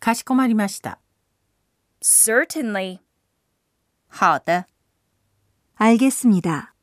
かしこまりました。 Certainly. 好的。 알겠습니다.